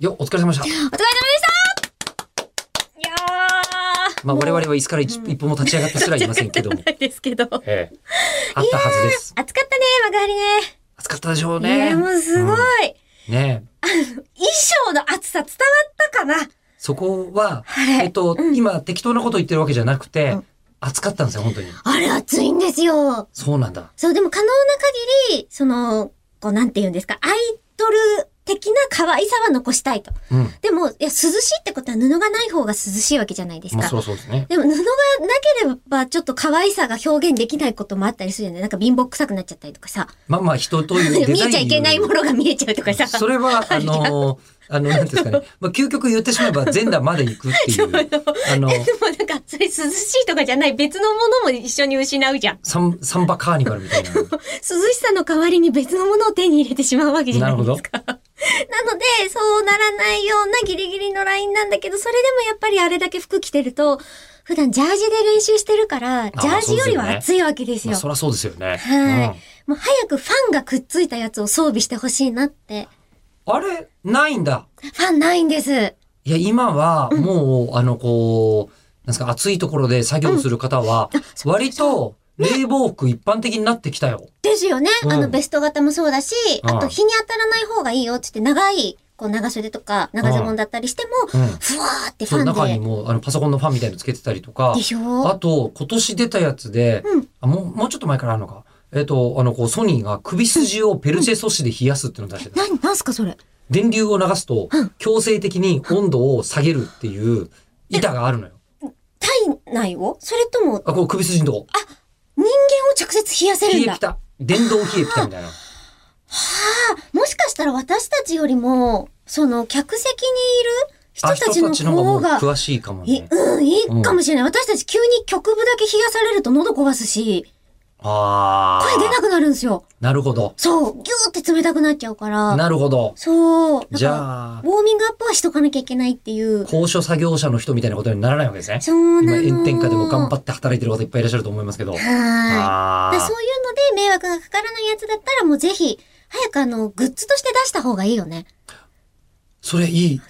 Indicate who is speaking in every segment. Speaker 1: よ、お疲れ様でし た。
Speaker 2: お疲れ様でしたいやー
Speaker 1: まあ、
Speaker 2: もう
Speaker 1: 我々は椅子から一,、
Speaker 2: うん
Speaker 1: 一歩も立ち上がったすらいませんけども。
Speaker 2: ないですけど。 暑かっ
Speaker 1: ええ。あったはずです。
Speaker 2: たね、幕張ね。
Speaker 1: 暑かったでしょう
Speaker 2: い
Speaker 1: ね
Speaker 2: や、。もうすごい。
Speaker 1: ねえ
Speaker 2: 衣装の暑さ伝わったかな
Speaker 1: そこは、
Speaker 2: はい
Speaker 1: えっと、今適当なこと言ってるわけじゃなくて、
Speaker 2: うん
Speaker 1: 暑かったんですよ、本当に。
Speaker 2: あれ暑いんですよ。
Speaker 1: そうなんだ。
Speaker 2: そう、でも可能な限り、その、こう、なんて言うんですか、アイドル的な可愛さは残したいと。
Speaker 1: うん。
Speaker 2: でも、いや、涼しいってことは布がない方が涼しいわけじゃないです
Speaker 1: まあ、
Speaker 2: か
Speaker 1: そ。りゃそうですね。
Speaker 2: でも布がなければちょっと可愛さが表現できないこともあったりするよね。なんか貧乏臭くなっちゃったりとかさ。
Speaker 1: まあまあ、人というデ
Speaker 2: 見
Speaker 1: ザイン。
Speaker 2: えちゃいけないものが見えちゃうとかさ。
Speaker 1: それは、あの、あの、なんていうんですかね。まあ、究極言ってしまえば全裸まで行くってい
Speaker 2: そう
Speaker 1: う。あの
Speaker 2: で、もなんか、それ涼しいとかじゃない別のものも一緒に失うじゃん。
Speaker 1: サンサンバカーニバルみたいな。
Speaker 2: 涼しさの代わりに別のものを手に入れてしまうわけじゃないですか。なので、そうならないようなギリギリのラインなんだけど、それでもやっぱりあれだけ服着てると、普段ジャージで練習してるから、ジャージよりは暑いわけです
Speaker 1: まあ、
Speaker 2: よ。
Speaker 1: そりゃそうですよね。
Speaker 2: はい
Speaker 1: うん
Speaker 2: もう早くファンがくっついたやつを装備してほしいなって。
Speaker 1: あれ、ないんだ。
Speaker 2: ファンないんです。
Speaker 1: いや、今は、もう、あの、こう、なんですか、暑いところで作業する方は、割と、冷房服一般的になってきたよ。
Speaker 2: ですよね。
Speaker 1: うん
Speaker 2: あの、ベスト型もそうだし、
Speaker 1: うん
Speaker 2: あと日に当たらない方がいいよって言って、長い、こう、長袖とか、長ズボンだったりして
Speaker 1: う
Speaker 2: も、
Speaker 1: ん。
Speaker 2: ふわーってフ
Speaker 1: そう、中
Speaker 2: ァ
Speaker 1: に
Speaker 2: ンで。
Speaker 1: も、あの、パソコンのファンみたいのつけてたりとか
Speaker 2: で、しょ
Speaker 1: あと、今年出たやつで、
Speaker 2: うん
Speaker 1: あもう、もうちょっと前からあるのか。えっ、と、あの、こう、ソニーが首筋をペルチェ素子で冷やすっていうのを出してた。
Speaker 2: 何なんすかそれ
Speaker 1: 電流を流すと
Speaker 2: うん、
Speaker 1: 強制的に温度を下げるっていう板があるのよ。
Speaker 2: 体内をそれとも
Speaker 1: あ、こう、首筋のとこ。
Speaker 2: 人間を直接冷やせ
Speaker 1: 冷
Speaker 2: る
Speaker 1: え
Speaker 2: ん
Speaker 1: ピ
Speaker 2: だ
Speaker 1: タ。電動冷えピタみたいな。
Speaker 2: もしかしたら私たちよりも、その客席にいる人
Speaker 1: あ
Speaker 2: たちの方
Speaker 1: 人た
Speaker 2: が
Speaker 1: ち、のもう詳しいかも
Speaker 2: い
Speaker 1: ね。
Speaker 2: うん、いいかもしれない。私たち急に局部だけ冷やされると喉壊すし、
Speaker 1: あ
Speaker 2: 声出
Speaker 1: あ。
Speaker 2: なくなるんですよ。
Speaker 1: なるほど。
Speaker 2: そう、ギューって冷たくなっちゃうから。
Speaker 1: なるほど。
Speaker 2: そう。
Speaker 1: じ
Speaker 2: あ。
Speaker 1: ゃあ
Speaker 2: ウ、ォーミングアップはしとかなきゃいけないっていう。
Speaker 1: 高所作業者の人みたいなことにならないわけですね。
Speaker 2: そう
Speaker 1: 今、
Speaker 2: なの。
Speaker 1: 炎天下でも頑張
Speaker 2: っ
Speaker 1: って働いてる方いっぱいいらっしゃると思いますけど。
Speaker 2: はーい。
Speaker 1: あ
Speaker 2: だから
Speaker 1: あ
Speaker 2: そう。いうので迷惑がかからないやつだったらもうぜひ、早くあの、グッズとして出した方がいいよね。
Speaker 1: それいい。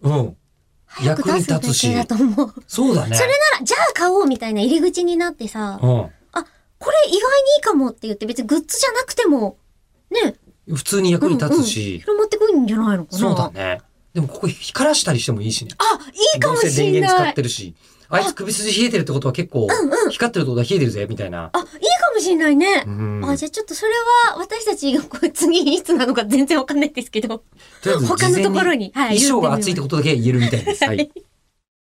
Speaker 1: うん。
Speaker 2: 早く出すべきだと思う。
Speaker 1: そうだね。
Speaker 2: それなら、じゃ あ買おうみたいな入り口になってさ、これ意外にいいかもって言って別にグッズじゃなくても、ね、
Speaker 1: うん。普通に役に立つし。
Speaker 2: 広まってくるんじゃないのかな。
Speaker 1: そうだね。でもここ光らしたりしてもいいしね。
Speaker 2: あ、いいかも
Speaker 1: どうせ
Speaker 2: し
Speaker 1: 電
Speaker 2: ん
Speaker 1: 源使
Speaker 2: な
Speaker 1: っ
Speaker 2: い。
Speaker 1: てるし。あいつ首筋冷えてるってことは結構
Speaker 2: うんうん、
Speaker 1: 光ってるってことは冷えてるぜ、みたいな。
Speaker 2: あ、いいかもしんないね。
Speaker 1: うん。
Speaker 2: あ、じゃあちょっとそれは私たちがこれ次いつなのか全然わかんないですけど、
Speaker 1: とりあえず
Speaker 2: 他のところに、は
Speaker 1: 衣装が暑いって
Speaker 2: と
Speaker 1: ことだけ言えるみたいです。はい。